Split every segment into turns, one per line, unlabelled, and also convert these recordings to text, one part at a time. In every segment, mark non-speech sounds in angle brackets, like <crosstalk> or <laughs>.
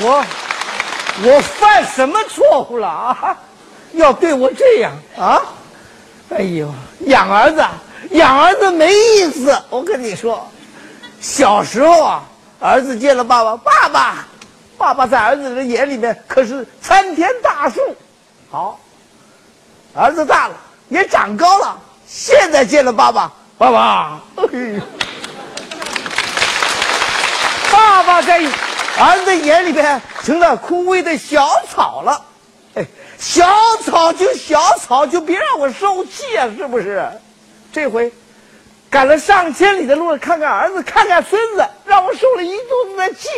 我我犯什么错误了啊？ <laughs> 要对我这样啊？哎呦，养儿子，养儿子没意思。我跟你说，小时候啊，儿子见了爸爸，爸爸，爸爸在儿子的眼里面可是参天大树。好，儿子大了，也长高了，现在见了爸爸，爸爸，哎呦，爸爸在儿子眼里边成了枯萎的小草了。哎，小草就小草，就别让我受气啊！是不是？这回赶了上千里的路，看看儿子，看看孙子，让我受了一肚子的气。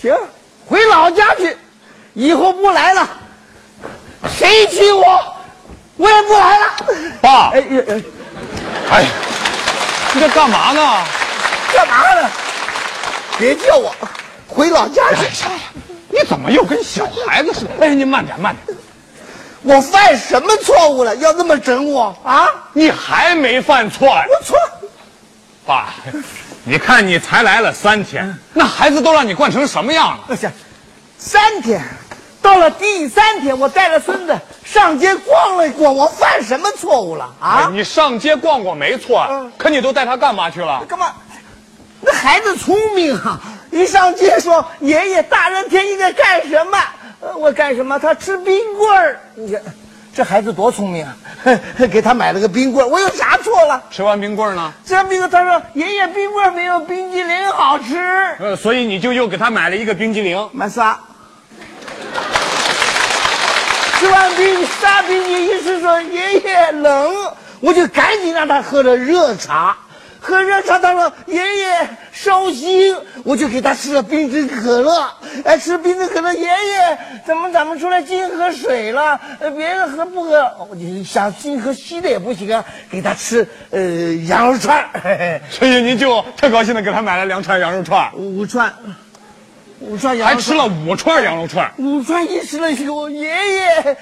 行，回老家去，以后不来了。谁娶我，我也不来了。
爸，
哎呀，哎
哎，你这干嘛呢？
干嘛呢？别叫我，回老家去。
哎你怎么又跟小孩子似的？哎，您慢点，慢点，
我犯什么错误了？要这么整我啊？
你还没犯错呀、
我错了。
爸，你看你才来了三天，嗯那孩子都让你惯成什么样了？
不是，哎三天，到了第三天，我带着孙子上街逛了逛，我犯什么错误了
哎
啊？
你上街逛逛没错啊
嗯
可你都带他干嘛去了？
干嘛？那孩子聪明啊，一上街说：“爷爷，大热天你在干什么？”呃我干什么？他吃冰棍儿。你看，这孩子多聪明啊！ <laughs> 给他买了个冰棍儿，我有啥错了？
吃完冰棍儿呢？
这冰棍儿，他说：“爷爷，冰棍儿没有冰激凌好吃。”
呃，所以你就又给他买了一个冰激凌。
买仨。吃完冰仨冰激凌一吃说爷爷冷，我就赶紧让他喝了热茶。喝热茶，他说爷爷烧心，我就给他吃了冰镇可乐。哎，吃冰镇可乐，爷爷怎么咱们出来净喝水了？呃，别的喝不喝？我就想净喝稀的也不行啊，给他吃呃羊肉串儿， <laughs> 嘿嘿
<laughs> 所以您就特高兴的给他买了两串羊肉串，
五串，五串羊
还
肉串
吃。了五串羊肉串。
午饭一吃了，我爷爷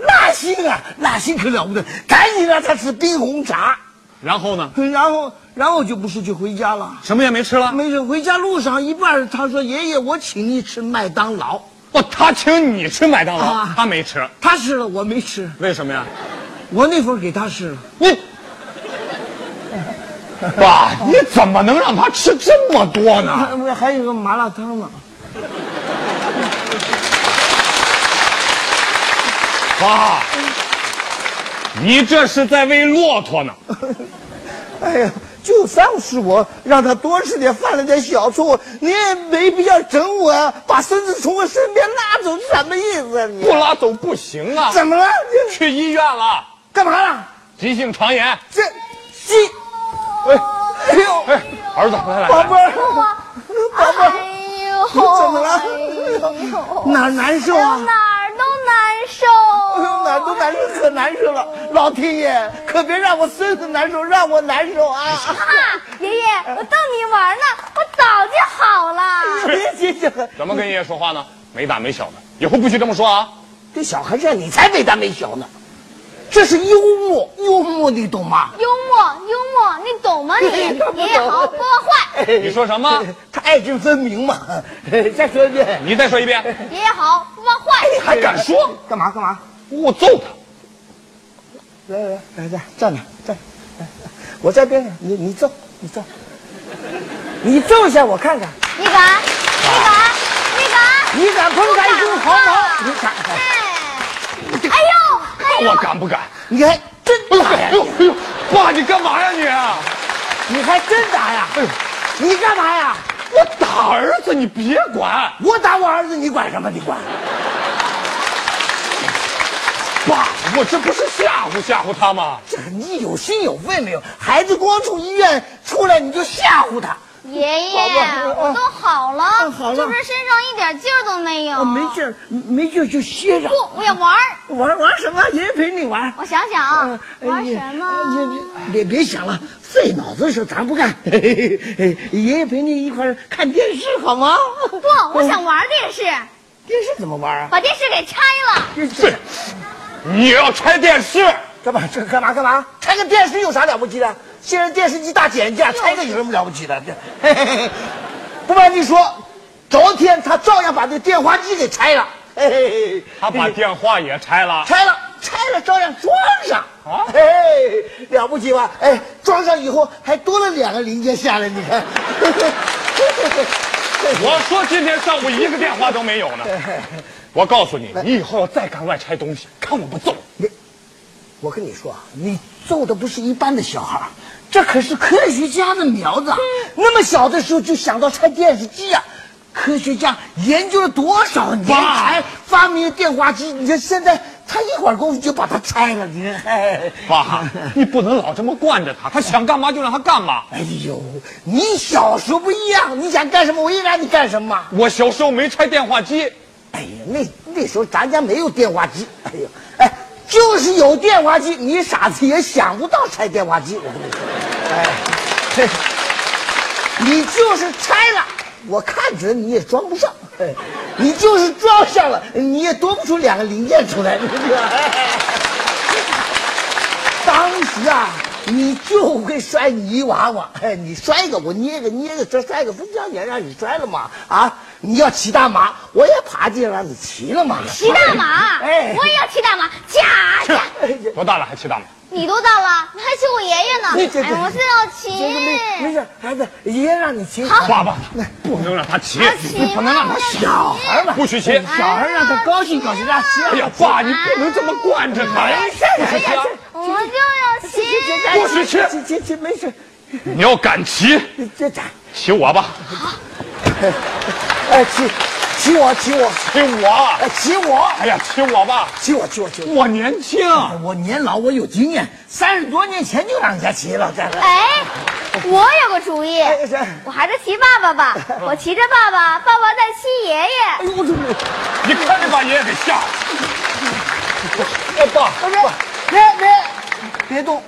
那心啊，那心可了不得，赶紧让他吃冰红茶，
然后呢？
然后然后就不是就回家了。
什么也没吃了。
没事，回家路上一半儿，他说：“爷爷，我请你吃麦当劳。
哦，他请你吃麦当劳，
啊
他没吃，”
他吃了，我没吃，
为什么呀？
我那会儿给他吃了。
你， <laughs> 爸，你怎么能让他吃这么多呢？
还还有个麻辣烫呢。
爸，啊你这是在喂骆驼呢。
哎呀，就算是我让他多吃点，犯了点小错误，你也没必要整我啊！把孙子从我身边拉走，什么意思啊你？
不拉走不行啊，
怎么了？你
去医院了，
干嘛了？
急性肠炎。
这鸡，
哎
哎呦，
哎，儿子，来来
宝
来，
贝儿，宝贝儿，
哎呦，
你怎么了
哎呦？
哪儿难受
我
啊？
哪儿都难受。
哎呦，哪儿都难受，可难受了！老天爷，可别让我孙子难受，让我难受啊！
啊，爷爷，我逗你玩呢，我早就好了。
谢谢。
怎么跟爷爷说话呢？没大没小的，以后不许这么说啊。
这小孩这样，你才没大没小呢，这是幽默，幽默你懂吗？
幽默，幽默，你懂吗你？
哎他不懂
爷爷好，不坏。
你说什么？
他爱憎分明嘛。再说一遍，
你再说一遍，
爷爷好，不坏。
还敢说？
干嘛干嘛？
我揍他！
来来来来，站着站着，我在边上，你你揍你揍，你揍一下我看看。
你敢？你敢？你敢？
你敢碰咱一根毫毛？你敢？
哎，哎呦，哎
我
呦，
敢不敢？
你还真
哎呦
打呀
哎？呦哎呦，爸，你干嘛呀你？啊
你还真打呀？
哎呦，
你干嘛呀？
我打儿子，你别管。
我打我儿子，你管什么？你管？
爸，我这不是吓唬吓唬他吗？
这你有心有肺没有？孩子光从医院出来你就吓唬他，
爷爷，
宝贝
我都好
啊
了，
好了
就是身上一点劲儿都没有。
啊，没劲儿，没劲儿就歇着。
不，我要玩儿。
玩玩什么？爷爷陪你玩。
我想想啊，
哎
玩
你
什么？
你你别别想了，费脑子的事咱不干。嘿嘿嘿爷爷陪你一块儿看电视好吗？
不，我想玩电视，
电视怎么玩啊？
把电视给拆了。
电视
对，你要拆电视，
干嘛？这干嘛干嘛？拆个电视有啥了不起的？现 <laughs> 在电视机大减价，拆个有什么了不起的？这嘿嘿嘿不瞒你说，昨天他照样把这电话机给拆了，嘿嘿嘿，
他把电话也拆了。
拆了，拆了照样装上
啊
嘿嘿，了不起吧？哎，装上以后还多了两个零件下来，你 <laughs> 看。
我说今天上午一个电话都没有呢。我告诉你，你以后要再敢乱拆东西，看我不揍！
我跟你说啊，你揍的不是一般的小孩儿，这可是科学家的苗子啊！那么小的时候就想到拆电视机啊！科学家研究了多少年
爸
才发明了电话机？你看现在他一会儿功夫就把它拆了，你看。哎
爸，你不能老这么惯着他，他想干嘛就让他干嘛。
哎呦，你小时候不一样，你想干什么我也让你干什么。
我小时候没拆电话机，
哎呀，那那时候咱家没有电话机，哎呦，哎，就是有电话机，你傻子也想不到拆电话机，我跟你说，哎，嘿你就是拆了，我看准你也装不上，哎你就是装上了，你也多不出两个零件出来，你知道吗 <laughs> 哎当时啊，你就会摔泥娃娃，哎，你摔一个我捏一个，捏一个这摔一个，不就让你让你摔了吗？啊，你要骑大马，我也爬进来让你骑了嘛。
骑大马，
哎
我也要骑大马，驾驾！
多大了还骑大马？
你多大了？你还骑我爷爷呢？
对对对
哎，我是要
这个没没
骑，
事，孩子，爷爷让你骑。
爸爸，不能让他骑，
要骑，
不能让他小孩嘛，
不许骑。
小孩让他高兴高兴，让他骑。
哎呀，爸，你不能这么惯着
哎
他呀！
没事儿，没事儿，
我们就要骑。
不许骑
骑骑骑，没事，
你要敢骑，
这咋？
骑我吧，
哎，骑，骑我，骑我，
骑我！
哎，骑我，
哎呀，骑我吧，
骑我，骑我，骑我。
我年轻。
我年老，我有经验，三十多年前就让人家骑了，这个。
哎，我有个主意，
哎这
我还是骑爸爸吧。
<laughs>
我骑着爸爸，爸爸再骑爷
哎
爷。
呦，我这
你看你把爷爷给吓的。哎，爸，
别别别动！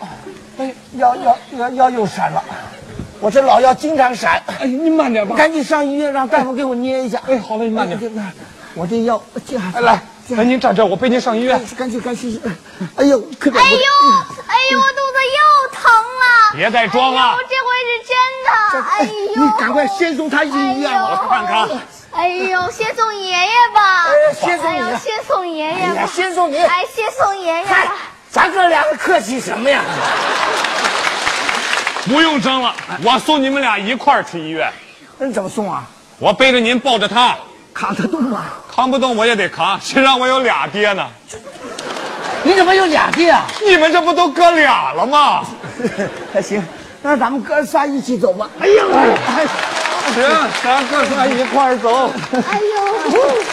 哎，腰腰腰腰又闪了，我这老腰经常闪，
哎，你慢点吧。
赶紧上医院让大夫给我捏一下。
哎好嘞你慢点
点。我这腰，这样
哎，来，来，您站这儿，我背您上医院。
赶紧赶紧。哎呦，快点！
<laughs>
哎呦，哎呦，我肚子又疼了。
别再装了
哎呦这回是真的。哎呦，
你赶快先送他去啊医院，
哎
我
呦
我看看。
哎呦，先送爷爷吧。
哎先送你
哎呦先送爷爷
呀，
吧。
先送你。
哎，先送爷爷吧。
咱哥俩客气什么呀？
不用争了，我送你们俩一块儿去医院。
那怎么送啊？
我背着您，抱着他，
扛得动吗？
扛不动我也得扛，谁让我有俩爹呢？
你怎么有俩弟啊？
你们这不都哥俩了吗？
<laughs> 还行，那咱们哥仨一起走吧。哎呀，哎，
行，咱哥仨一块儿走。
哎呦，